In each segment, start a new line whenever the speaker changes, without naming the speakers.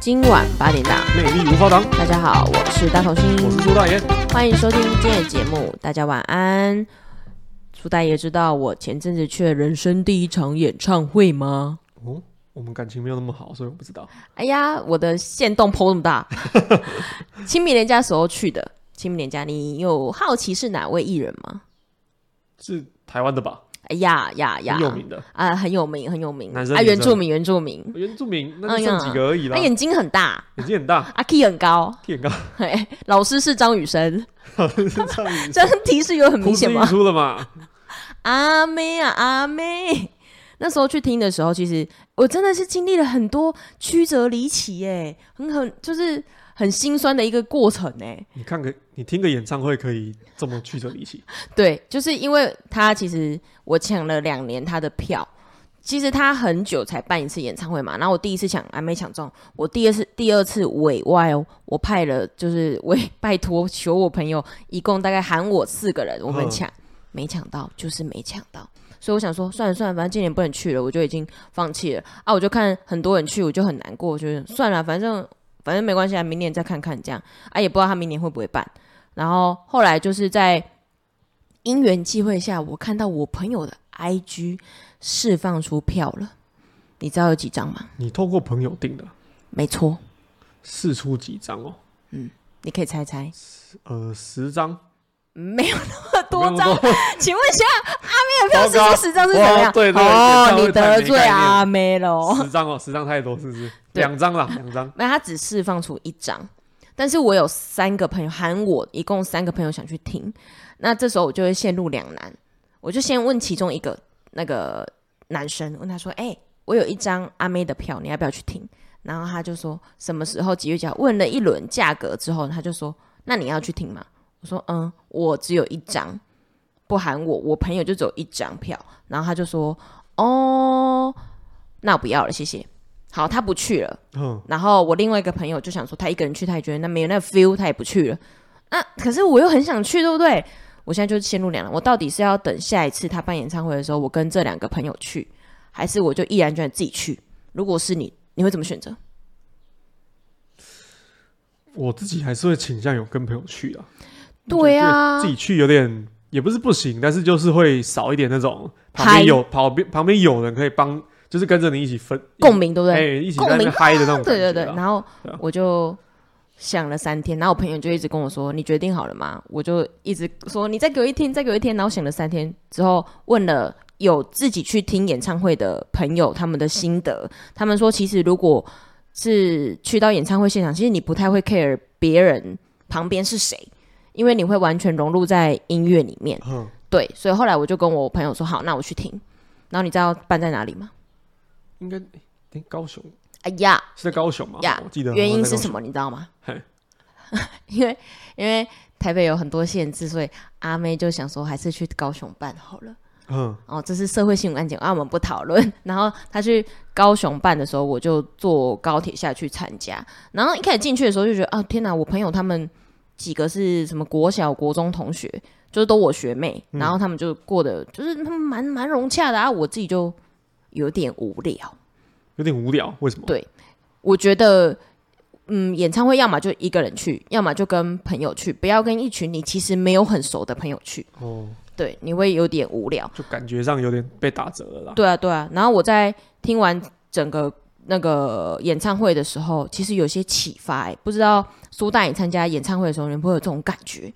今晚八点档，
魅力无法挡。
大家好，我是大头
我
星
是，朱大爷，
欢迎收听今天的节目，大家晚安。苏大爷知道我前阵子去了人生第一场演唱会吗？
哦，我们感情没有那么好，所以我不知道。
哎呀，我的线洞剖那么 大，清明年假时候去的。清明年假，你有好奇是哪位艺人吗？
是台湾的吧？
哎呀呀呀，
很有名的
啊，很有名，很有名，
男生
啊，
女生啊
原住民，原住民，
原住民，那就剩几个而已
他、
啦。
眼睛很大，
眼睛很大，啊
阿 Key 很高，
眼高，
嘿，老师是张雨生，
这样
这样提示有很明
呼之
显
欲
吗？
出了嘛？
阿妹啊，阿妹。那时候去听的时候，其实我真的是经历了很多曲折离奇，哎，很很就是很心酸的一个过程，哎。
你看个，你听个演唱会可以这么曲折离奇，
对，就是因为他其实我抢了两年他的票，其实他很久才办一次演唱会嘛。然后我第一次抢还没抢中，我第二次第二次委外哦，我派了就是委 拜托求我朋友，一共大概喊我四个人，我们
嗯
抢、没抢到，就是没抢到。所以我想说，算了算了，反正今年不能去了，我就已经放弃了啊！我就看很多人去，我就很难过，就是算了，反正反正没关系啊，明年再看看这样啊，也不知道他明年会不会办。然后后来就是在因缘际会下，我看到我朋友的 IG 释放出票了，你知道有几张吗？
你透过朋友订的，
没错，
试出几张哦？
你可以猜猜，
呃，十张，
没有那么多
没有那
张
么。多
请问一下，阿妹的票
糟
是
糕
四十张是怎么样？
哇对对
哦，
对
你得罪
这样会太没概念
阿妹喽。
十张哦，十张太多是不是？
对
两张啦，两张。
没有，他只释放出一张，但是我有三个朋友喊我，一共三个朋友想去听，那这时候我就会陷入两难，我就先问其中一个那个男生，问他说：“哎、我有一张阿妹的票，你要不要去听？”然后他就说什么时候几月几号？问了一轮价格之后，他就说：“那你要去听吗？”我说：“嗯，我只有一张，不喊我，我朋友就只有一张票。”然后他就说：“哦，那我不要了，谢谢。”好，他不去了。
嗯，
然后我另外一个朋友就想说，他一个人去，他也觉得那没有那 feel，他也不去了。那、可是我又很想去，对不对？我现在就陷入两难，我到底是要等下一次他办演唱会的时候，我跟这两个朋友去，还是我就毅然决然自己去？如果是你，你会怎么选择？
我自己还是会倾向有跟朋友去啊。
对啊
就自，己去有点也不是不行，但是就是会少一点那种旁
嗨
边有旁边旁边有人可以帮，就是跟着你一起分
共鸣，对不
哎、
对？
一起
共
在那
鸣
边嗨的那种感觉
对
啊。
对对。然后
对啊
我就想了三天，然后我朋友就一直跟我说：“你决定好了吗？”我就一直说：“你再给我一天，再给我一天。”然后想了三天之后，问了有自己去听演唱会的朋友他们的心得，他们说其实如果是去到演唱会现场，其实你不太会 care 别人旁边是谁，因为你会完全融入在音乐里面。
嗯，
对，所以后来我就跟我朋友说：“好，那我去听。”然后你知道办在哪里吗？
应该诶高雄
哎呀，
是在高雄吗？
呀
我记得
原因是
么？
什么，你知道吗
嘿？
因为因为台北有很多限制，所以阿妹就想说还是去高雄办好了。
嗯，
哦，这是社会新闻案件，啊，我们不讨论。 然后她去高雄办的时候，我就坐高铁下去参加。然后一开始进去的时候就觉得，啊，天哪！我朋友他们几个是什么国小、国中同学，就是都我学妹，
嗯
然后他们就过得就是他们蛮蛮融洽的啊，我自己就有点无聊。
有点无聊，为什么？
对我觉得，嗯，演唱会要么就一个人去，要么就跟朋友去，不要跟一群你其实没有很熟的朋友去，
哦，
对，你会有点无聊。
就感觉上有点被打折了啦。
对啊，对啊。然后我在听完整个那个演唱会的时候，其实有些启发、欸，不知道苏大你参加演唱会的时候，你会不会有这种感觉？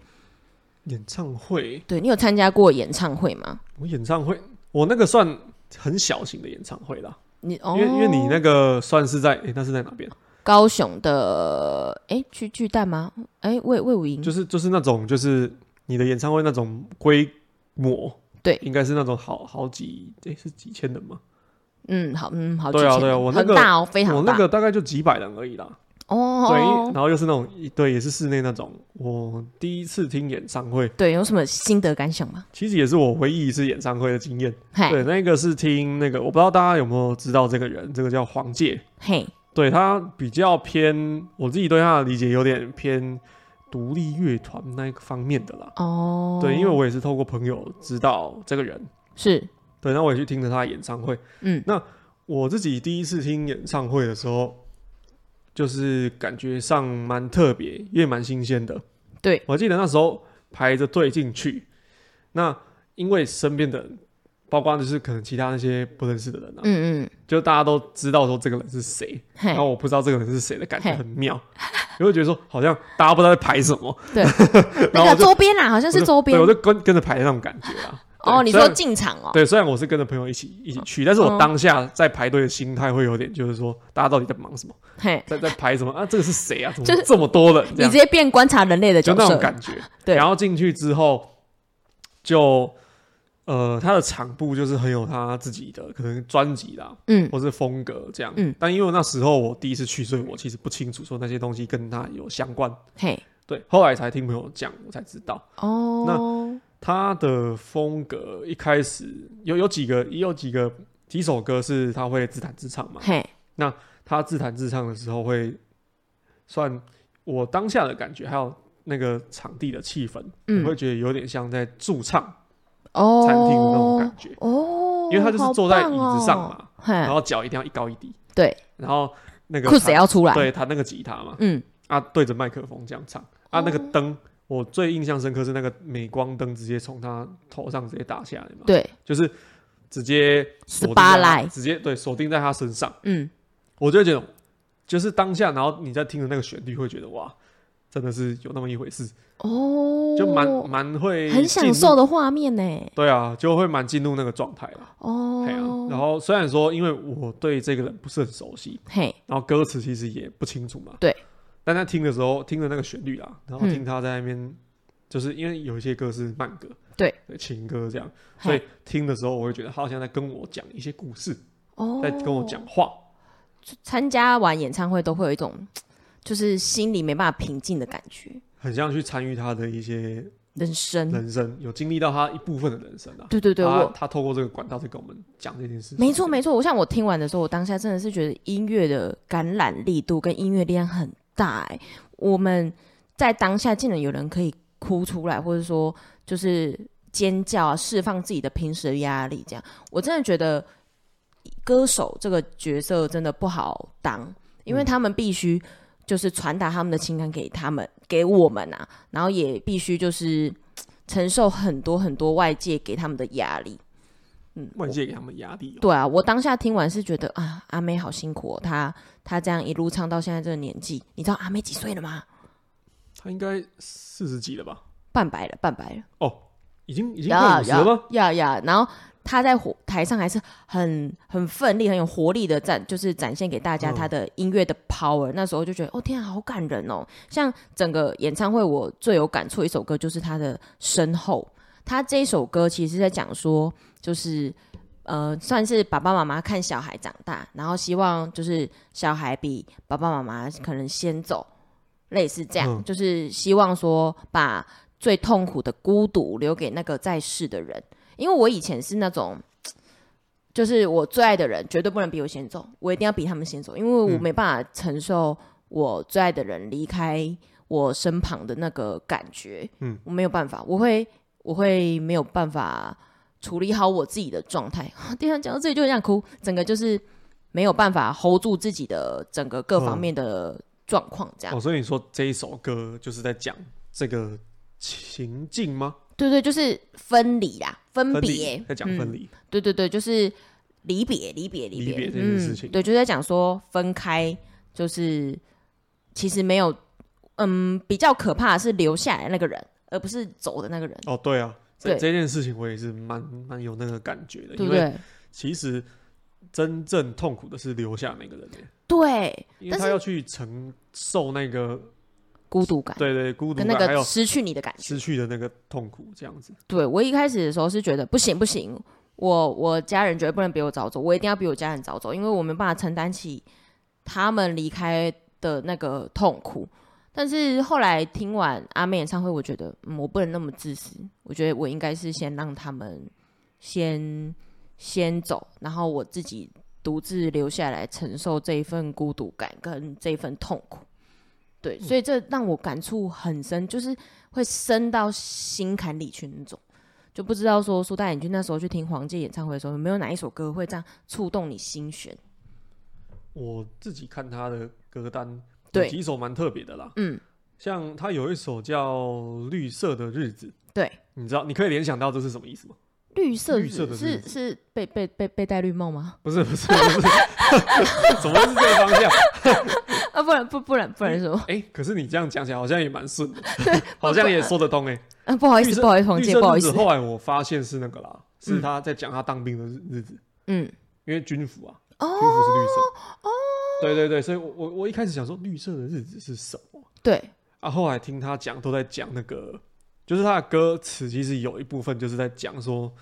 演唱会，
对你有参加过演唱会吗？
我演唱会，我那个算很小型的演唱会啦，
你哦，
因为因为你那个算是在，诶、那是在哪边？
高雄的哎去巨蛋吗？哎魏魏武营
就是就是那种就是你的演唱会那种规模，
对
应该是那种好好几诶、是几千人吗？
嗯好嗯好
对
几
啊
千
对啊
人
我那个
很大哦非
我
常大
那个大概就几百人而已啦。对，因为
哦
然后又是那种对，也是室内那种。我第一次听演唱会，
对有什么心得感想吗？
其实也是我唯一一次演唱会的经验。
嗨
对，那个是听那个，我不知道大家有没有知道这个人，这个叫黄玠。
嘿，
对他比较偏，我自己对他的理解有点偏独立乐团那一个方面的啦。
哦，
对，因为我也是透过朋友知道这个人，
是，
对，那我也去听了他的演唱会。
嗯，
我自己第一次听演唱会的时候，就是感觉上蛮特别，也蛮新鲜的。
对，
我记得那时候排着队进去，那因为身边的人，包括就是可能其他那些不认识的人啊，
嗯嗯，
就大家都知道说这个人是谁，
嘿
然，后我不知道这个人是谁的感觉
嘿
很妙，你会觉得说好像大家不知道在排什么，
对
然
那
后我
个
就
周边啦，啊好像
我
是
就
周边
对，我就跟跟着排的那种感觉啊。
哦，
对
你
虽
说
然
进场哦，
对，虽然我是跟着朋友一起一起去，但是我
嗯
当下在排队的心态会有点，就是说大家到底在忙什么，
嘿，
在在排什么啊？这个是谁啊？怎
就
么
是
这么多人？这
你
样
直接变观察人类的
就
角
那种
色，
感觉。
对
然后进去之后，就呃，他的场部就是很有他自己的可能专辑啦，
嗯，
或是风格这样。
嗯
但因为那时候我第一次去，所以我其实不清楚说那些东西跟他有相关。
嘿，
对，后来才听朋友讲，我才知道。
哦，
他的风格一开始有有几个也有几个几首歌是他会自弹自唱嘛，
嘿，
他自弹自唱的时候会算我当下的感觉，还有那个场地的气氛，
嗯
我会觉得有点像在驻唱
哦，
餐厅的那种感觉，
哦，
因为他就是坐在椅子上
好
嘛，
棒
然
哦，
后脚一定要一高一低，
对，
然后那
嘿，
个
裤子也
弹
要出来，
对弹那个吉他嘛，
嗯，
啊对着麦克风这样唱，啊那个
哦
灯。我最印象深刻是那个镁光灯直接从他头上直接打下来嘛，
对，
就是直接锁定在
巴
他
莱
直接对锁定在他身上，
嗯，
我就会觉得就是当下，然后你在听的那个旋律，会觉得哇，真的是有那么一回事，
哦，
就蛮蛮会
很
进
享
入
受，的画面呢，
对啊，就会蛮进入那个状态了。
哦
哎呀、，然后虽然说因为我对这个人不是很熟悉，
嘿，
然后歌词其实也不清楚嘛，
对，
但在听的时候听的那个旋律啊，然后
嗯
听他在那边。就是因为有一些歌是慢歌，
对，
情歌这样，
嘿
所以听的时候我会觉得他好像在跟我讲一些故事，
哦，
在跟我讲话，
参加完演唱会都会有一种，就是心里没办法平静的感觉，
很像去参与他的一些
人生。
人生，有经历到他一部分的人生啊。
对嗯对对，
他
我
他透过这个管道在跟我们讲这件事情。
没错没错。我像我听完的时候，我当下真的是觉得音乐的感染力度跟音乐力量很大、欸。我们在当下竟然有人可以哭出来，或者说就是尖叫啊，释放自己的平时的压力，这样我真的觉得歌手这个角色真的不好当，因
嗯
为他们必须就是传达他们的情感给他们给我们啊，然后也必须就是嘖承受很多很多外界给他们的压力。嗯，
外界给他们压力、哦。
对啊，我当下听完是觉得啊，阿妹好辛苦哦，她她这样一路唱到现在这个年纪，你知道阿妹几岁了吗？
他应该四十几了吧？
半百了，半百了，
已经已经快
呀
五十了
呀
吗？
呀呀！然后她在火台上还是很很奋力、很有活力的展，就是展现给大家
嗯
她的音乐的 power。那时候就觉得，哦天啊，好感人哦！像整个演唱会，我最有感触的一首歌就是她的《身后》，她这一首歌其实是在讲说，就是呃，算是爸爸妈妈看小孩长大，然后希望就是小孩比爸爸妈妈可能先走，类似这样，
嗯
就是希望说把最痛苦的孤独留给那个在世的人。因为我以前是那种，就是我最爱的人绝对不能比我先走，我一定要比他们先走，因为我
嗯
没办法承受我最爱的人离开我身旁的那个感觉。
嗯，
我没有办法，我会我会没有办法处理好我自己的状态。 第三讲到这里就很想哭，整个就是没有办法 hold 住自己的整个各方
嗯
面的状况，这样。
哦，所以你说这一首歌就是在讲这个情境吗？
对对，就是分离啦，分
分
别
离，在讲分
嗯。
离。
对对对，就是离别，离别，离
离
别
别这件事情
嗯。对，就在讲说分开，就是其实没有，嗯，比较可怕的是留下来的那个人，而不是走的那个人，
哦，对啊，这
对
这件事情我也是蛮蛮有那个感觉
对
的，
不
因为
对？
其实真正痛苦的是留下那个人耶，
对，
因为
但
他
是
要去承受那个
孤独感
对对孤独
跟
感，
那
还有
个失去你的感觉。
失去的那个痛苦，这样子。
对我一开始的时候是觉得不行不行，我我家人绝对不能比我早走，我一定要比我家人早走，因为我没办法承担起他们离开的那个痛苦。但是后来听完阿妹演唱会，我觉得、嗯、我不能那么自私，我觉得我应该是先让他们先先走，然后我自己独自留下来承受这一份孤独感跟这一份痛苦。对，所以这让我感触很深，就是会深到心坎里去那种。就不知道说苏大眼君那时候去听黄玠演唱会的时候，有没有哪一首歌会这样触动你心弦？
我自己看他的歌单，有
对
几首蛮特别的啦。
嗯，
像他有一首叫《绿色的日子》，
对，
你知道，你可以联想到这是什么意思吗？
绿色
绿色的日
是
子
是被被被被戴绿帽吗？
不是，不是，不是， 怎么会是这个方向？
啊，不然不不然不然是什么？
哎、可是你这样讲起来好像也蛮顺的， 好像也说得通哎、
啊，不好意
绿
思
色
不好意思，黄
绿
姐
色
不好意
日子
思，
后来我发现是那个啦，是
嗯
他在讲他当兵的日日子，
嗯，
因为军服啊，军服
哦
是绿色。对对对，所以我我我一开始想说绿色的日子是什么
对，
啊？后来听他讲都在讲那个，就是他的歌词其实有一部分就是在讲说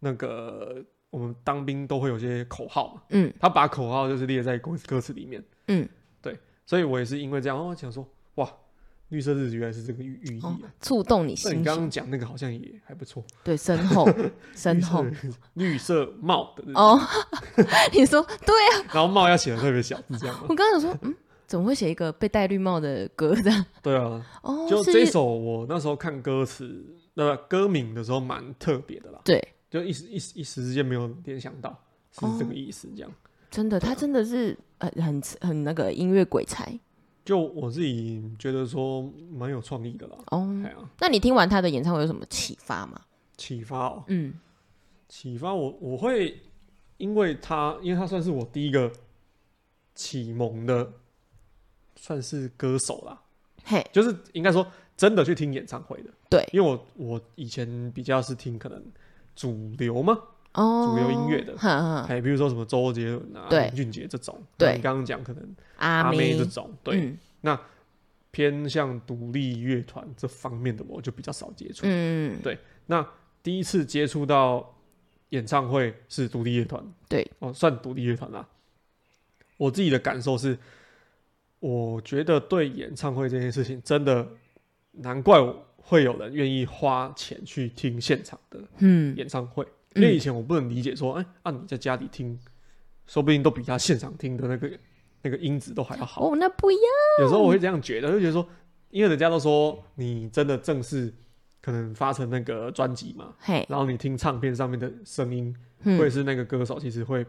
那个我们当兵都会有些口号嘛，
嗯
他把口号就是列在歌歌词里面，
嗯，
所以我也是因为这样，哦，想说哇，绿色日子原来是这个寓寓意
哦
啊。，
触动你
那你
心
刚
弦，
刚讲那个好像也还不错，
对，身 后身后
绿色的日子绿色帽的日子，
哦， 你说对啊，
然后帽要写的特别小，是这样吗？
我刚刚想说，嗯，怎么会写一个被戴绿帽的歌这样？
对啊，
哦，
就是这一首我那时候看歌词、那歌名的时候蛮特别的啦，
对，
就一时一时一时之间没有联想到是这
哦
个意思，这样。
真的，他真的是很很很那个音乐鬼才
就我自己觉得说蛮有创意的啦，
哦。
哎呀，
那你听完他的演唱会有什么启发吗？
启发哦，
嗯，
启发我我会因为他，因为他算是我第一个启蒙的，算是歌手啦，
嘿，
就是应该说真的去听演唱会的，
对，
因为我我以前比较是听可能主流嘛，
哦，
主流音乐的
哈哈，
哎，比如说什么周杰伦啊、
嗯对
林俊杰这种，
对
那你刚刚讲可能
阿
妹
妹
这，种，对，
嗯
偏向独立乐团这方面的我就比较少接触。
嗯，
那第一次接触到演唱会是独立乐团，
对，
哦，算独立乐团啦。我自己的感受是，我觉得对演唱会这件事情真的难怪我会有人愿意花钱去听现场的
嗯，
演唱会，
嗯
因为以前我不能理解说，哎、啊你在家里听，说不定都比他现场听的那个那个音质都还要好。
哦，那不一样，
有时候我会这样觉得，就觉得说，因为人家都说你真的正式可能发成那个专辑嘛，
嘿，
然后你听唱片上面的声音，
嗯
会，是那个歌手其实会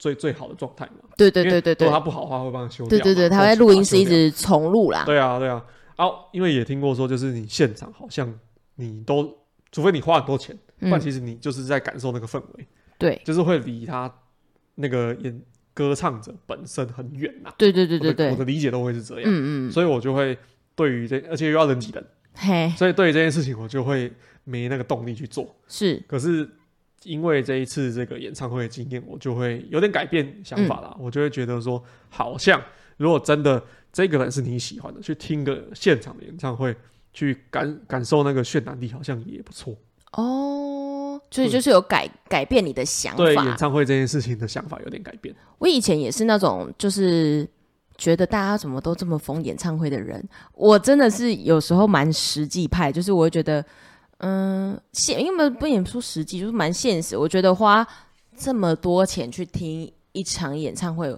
最最好的状态嘛。
对对
因为
对对
如
对
果他，不好的话，会帮他修掉
对
嘛。
对对，他
或
会
者
录
把它
音
修
室一
掉。
直重录啦，
对啊，对啊，啊，因为也听过说，就是你现场好像你都，除非你花很多钱，不然
嗯，
其实你就是在感受那个氛围。
对，
就是会离他那个演歌唱者本身很远呐、
对对对
我
对
的我
对，
的理解都会是这样，
嗯嗯，
所以我就会对于这，而且又要人挤人，
嘿，
所以对于这件事情我就会没那个动力去做。
是，
可是因为这一次这个演唱会的经验，我就会有点改变想法啦，
嗯
我就会觉得说，好像如果真的这个人是你喜欢的，去听个现场的演唱会。去感感受那个渲染力，好像也不错。
哦，所以
对
就是有改改变你的想
对演
法。
唱会这件事情的想法有点改变。
我以前也是那种就是觉得大家怎么都这么疯演唱会的人，我真的是有时候蛮实际派，就是我会觉得，嗯，现因为不也不说实际，就是蛮现实。我觉得花这么多钱去听一场演唱会，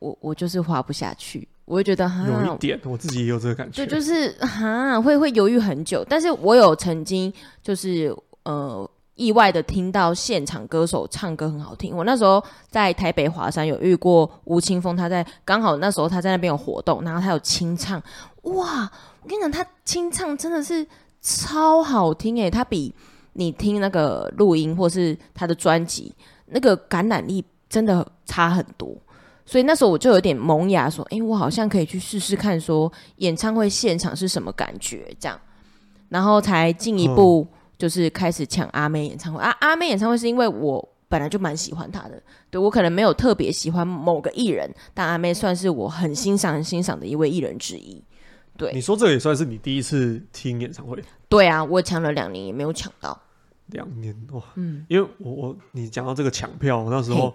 我我就是花不下去，我会觉得啊哈，
有一点，我自己也有这个感觉。
哎对，就是哈，会会犹豫很久。但是我有曾经就是呃意外的听到现场歌手唱歌很好听。我那时候在台北华山有遇过吴青峰，他在刚好那时候他在那边有活动，然后他有清唱，哇！我跟你讲，他清唱真的是超好听诶、他比你听那个录音或是他的专辑那个感染力真的差很多。所以那时候我就有点萌芽，说：“诶，我好像可以去试试看，说演唱会现场是什么感觉这样。”然后才进一步就是开始抢阿妹演唱会。啊，阿妹演唱会是因为我本来就蛮喜欢她的，对我可能没有特别喜欢某个艺人，但阿妹算是我很欣赏、很欣赏的一位艺人之一。对
你说这也算是你第一次听演唱会，
对啊，我抢了两年也没有抢到。
两年哇！
嗯，
因为我我你讲到这个抢票，我那时候
嘿，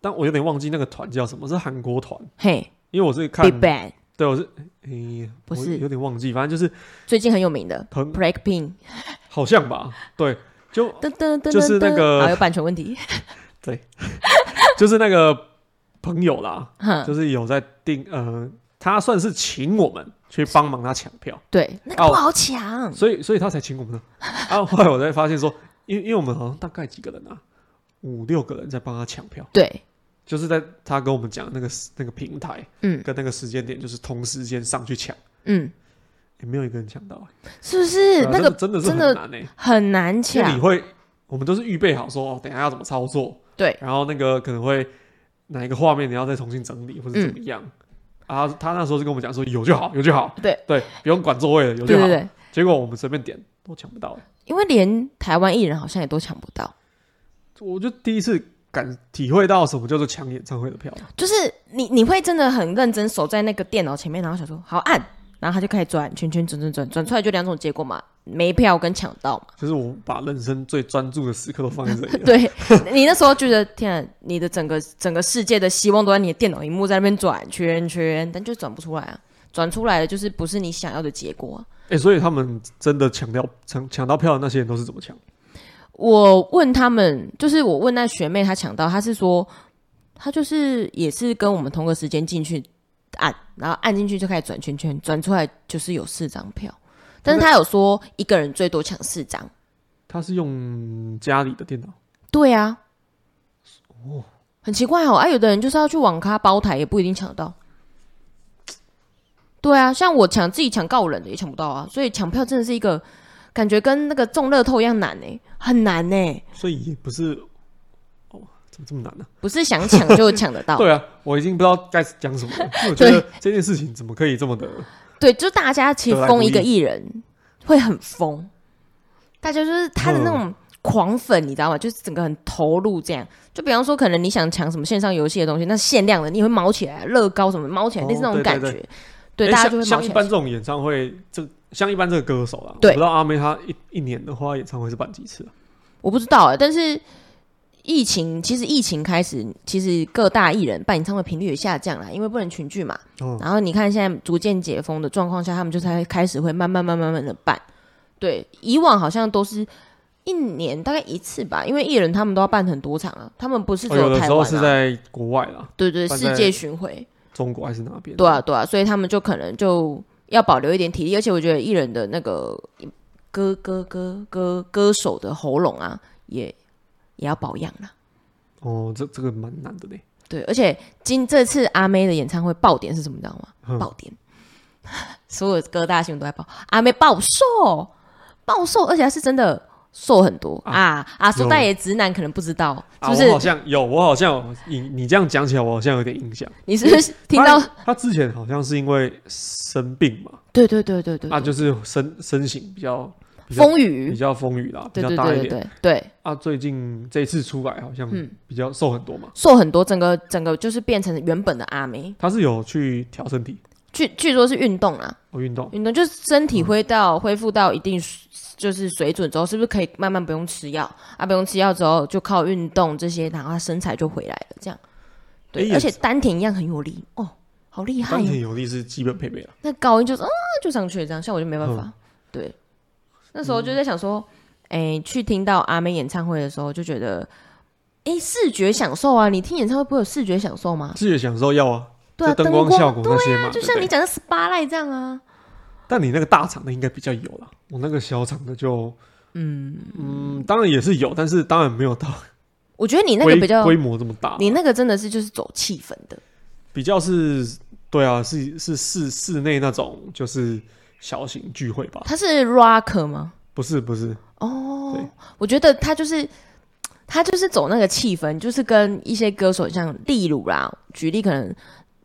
但我有点忘记那个团叫什么，是韩国团，
嘿
因为我是看
，Big，Bang
对，我是诶，
不
我
是
有点忘记，反正就是
最近很有名的
很
Breakpink，
好像吧，对，就
噔噔噔噔，
就是那个
啊有版权问题，
就是那个朋友啦，
哼，
就是有在订，呃，他算是请我们去帮忙他抢票，
对，那个
哦
不好抢，
所以所以他才请我们的。啊，后来我才发现说，因为因为我们好像大概几个人啊，五六个人在帮他抢票。
对，
就是在他跟我们讲的那个时那个平台
嗯
跟那个时间点，就是同时间上去抢，
嗯，
也没有一个人抢到、欸
是不是
对啊
那
真
个
的真的是
真
很
的
难诶、欸
很难
因为你
抢？
会，我们都是预备好说，哦，等一下要怎么操作，
对，
然后那个可能会哪一个画面你要再重新整理或者
嗯
怎么样。啊，他那时候就跟我们讲说有就好，有就好，
对
对，不用管座位了，有
对
就好。
对对，
结果我们随便点都抢不到、欸
因为连台湾艺人好像也都抢不到，
我就第一次感体会到什么叫做抢演唱会的票。
就是你你会真的很认真守在那个电脑前面，然后想说好按，然后他就开始转圈圈转转转转出来就两种结果嘛，没票跟抢到嘛。
就是我把人生最专注的时刻都放在这 里了。
对你那时候觉得天、啊，你的整个整个世界的希望都在你的电脑荧幕在那边转圈圈，但就转不出来啊，转出来的就是不是你想要的结果、啊。
哎、所以他们真的抢掉抢抢到票的那些人都是怎么抢？
我问他们，就是我问那学妹，她抢到，她是说，她就是也是跟我们同个时间进去按，然后按进去就开始转圈圈，转出来就是有四张票，但是她有说一个人最多抢四张，
他是用家里的电脑，
对啊，很奇怪哦，啊，有的人就是要去网咖包台，也不一定抢得到。对啊，像我抢自己抢告人的也抢不到啊，所以抢票真的是一个感觉跟那个中乐透一样难呢、欸很难欸呢、
所以也不是哦，怎么这么难呢、。
不是想抢就抢得到
对啊，我已经不知道该讲什么了。因为我觉得这件事情怎么可以这么的？
对，就大家其实疯一个艺人会很疯，大家就是他的那
嗯
种狂粉，你知道吗？就是整个很投入这样。就比方说，可能你想抢什么线上游戏的东西，那限量的你会毛起来，啊乐高什么毛起来，
哦
类似那种
对对
感
对
觉。对，
诶
大家
哎像
就会毛
像一
起
般
来
这。种演唱会，这像一般这个歌手啦，
对
我不知道阿妹她一一年的话，演唱会是办几次、啊？
我不知道哎、但是疫情其实疫情开始，其实各大艺人办演唱会频率也下降了，因为不能群聚嘛。
哦
然后你看现在逐渐解封的状况下，他们就才开始会慢慢、慢、慢慢的办。对，以往好像都是一年大概一次吧，因为艺人他们都要办很多场啊，他们不是只
哦有的
台
时
湾
候是
啊，
在国外啦，
对对，
办
世
在
界巡回，
中国还是哪边？
对啊，对啊，所以他们就可能就要保留一点体力，而且我觉得艺人的那个歌歌歌歌歌手的喉咙啊，也也要保养啦。
哦，这这个蛮难的嘞。
对，而且今这次阿妹的演唱会爆点是什么，你知道吗？
嗯
爆点， 所有各大新闻都在报阿妹暴瘦，暴瘦，而且她是真的瘦很多
啊
啊啊！说
有
代言直男可能不知道，是
啊，
不
我好
是？
像有，我好像有你你这样讲起来，我好像有点印象。
你是不是听到
他？他之前好像是因为生病嘛，
对对对对对，
啊，
对
就是身身形比较比较
风
比
雨，
较风雨啦，比
对
较
对
大一
对对
点
对对，
啊。最近这一次出来好像
嗯
比较瘦很多嘛，
瘦很多，整个整个就是变成原本的阿妹。
他是有去调身体，
据据说是运动啦，
有运动，
运动就是身体恢到恢复到一定水就是水准之后，是不是可以慢慢不用吃药啊？不用吃药之后，就靠运动这些，然后他身材就回来了。这样，对，
哎也
而且丹田一样很有力哦，好厉害、
丹
哦！
田有力是基本配备了。
那高音就是啊就上去了，这样像我就没办法。
嗯
对，那时候就在想说，哎、去听到阿妹演唱会的时候，就觉得，哎、视觉享受啊！你听演唱会不会有视觉享受吗？
视觉享受要啊，
哎对啊，
这
灯啊
灯光效果那些嘛，
就
对不
像
对
你讲的 SPA 赖这样啊。
但你那个大厂的应该比较有啦，我那个小厂的就，嗯嗯，当然也是有，但是当然没有到
我觉得你那个
规
比较
规模这么大，
你那个真的是就是走气氛的，
比较是，对啊，是是室室内那种就是小型聚会吧，
他是 rock 吗？
不是不是，
哦
对，
我觉得他就是他就是走那个气氛，就是跟一些歌手像例如啦，举例可能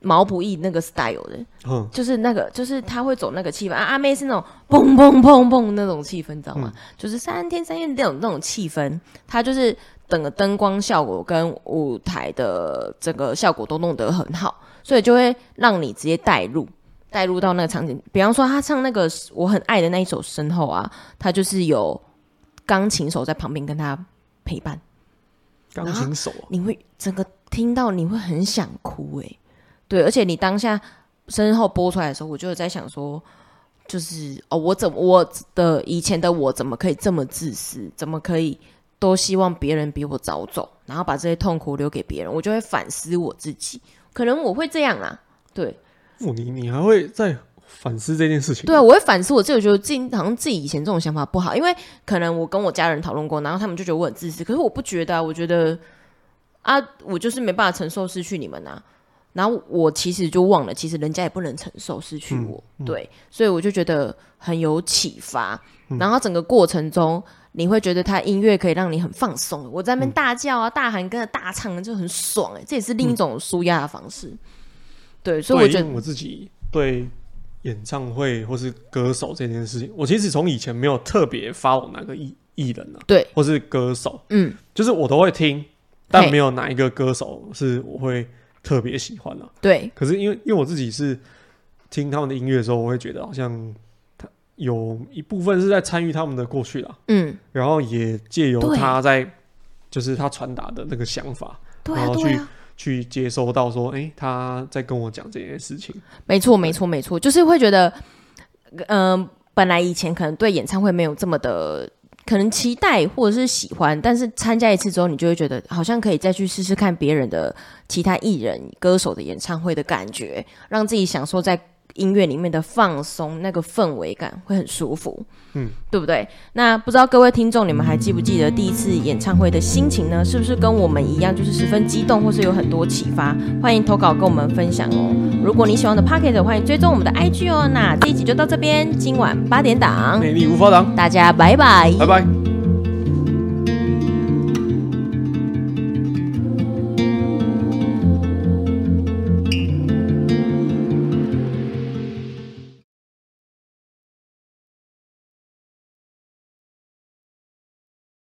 毛不易那个 style 的，
嗯，
就是那个就是他会走那个气氛。啊、阿妹是那种砰砰砰砰那种气氛，你知道吗？就是三天三夜那种那种气氛，他就是整个灯光效果跟舞台的整个效果都弄得很好，所以就会让你直接带入。带入到那个场景，比方说他唱那个我很爱的那一首《身后》啊，他就是有钢琴手在旁边跟他陪伴，
钢琴手啊，
你会整个听到你会很想哭诶、欸对，而且你当下身后播出来的时候，我就有在想说，就是哦，我怎么我的以前的我怎么可以这么自私，怎么可以都希望别人比我早走，然后把这些痛苦留给别人，我就会反思我自己，可能我会这样啦，对，
哦，你你还会再反思这件事情？
对啊，我会反思我自己，我觉得自己好像自己以前这种想法不好，因为可能我跟我家人讨论过，然后他们就觉得我很自私，可是我不觉得、啊，我觉得啊，我就是没办法承受失去你们啊。然后我其实就忘了，其实人家也不能承受失去
嗯
我，对，所以我就觉得很有启发。
嗯
然后整个过程中，你会觉得他音乐可以让你很放松。我在
嗯
那边大叫啊、大喊、跟着大唱，就很爽哎、这也是另一种舒压的方式。对，所以我
对
觉得
应我自己对演唱会或是歌手这件事情，我其实从以前没有特别 follow 哪个艺艺人啊，
对，
或是歌手，
嗯，
就是我都会听，但
嘿
没有哪一个歌手是我会特别喜欢的、啊
对，
可是因为因为我自己是听他们的音乐的时候，我会觉得好像他有一部分是在参与他们的过去啦，
嗯，
然后也借由
对
他在就是他传达的那个想法，
对
然
啊，
后
对
去
啊。
去接收到说，哎、他在跟我讲这件事情，
没错，没错，没错，就是会觉得，嗯、本来以前可能对演唱会没有这么的可能期待或者是喜欢，但是参加一次之后，你就会觉得好像可以再去试试看别人的其他艺人、歌手的演唱会的感觉，让自己享受在音乐里面的放松，那个氛围感会很舒服。
嗯，
对不对？那不知道各位听众，你们还记不记得第一次演唱会的心情呢？是不是跟我们一样，就是十分激动，或是有很多启发？欢迎投稿跟我们分享哦。如果你喜欢我们的 Pocket，欢迎追踪我们的 IG 哦。那这一集就到这边，今晚八点档，
魅力无法挡，
大家拜拜。
拜拜。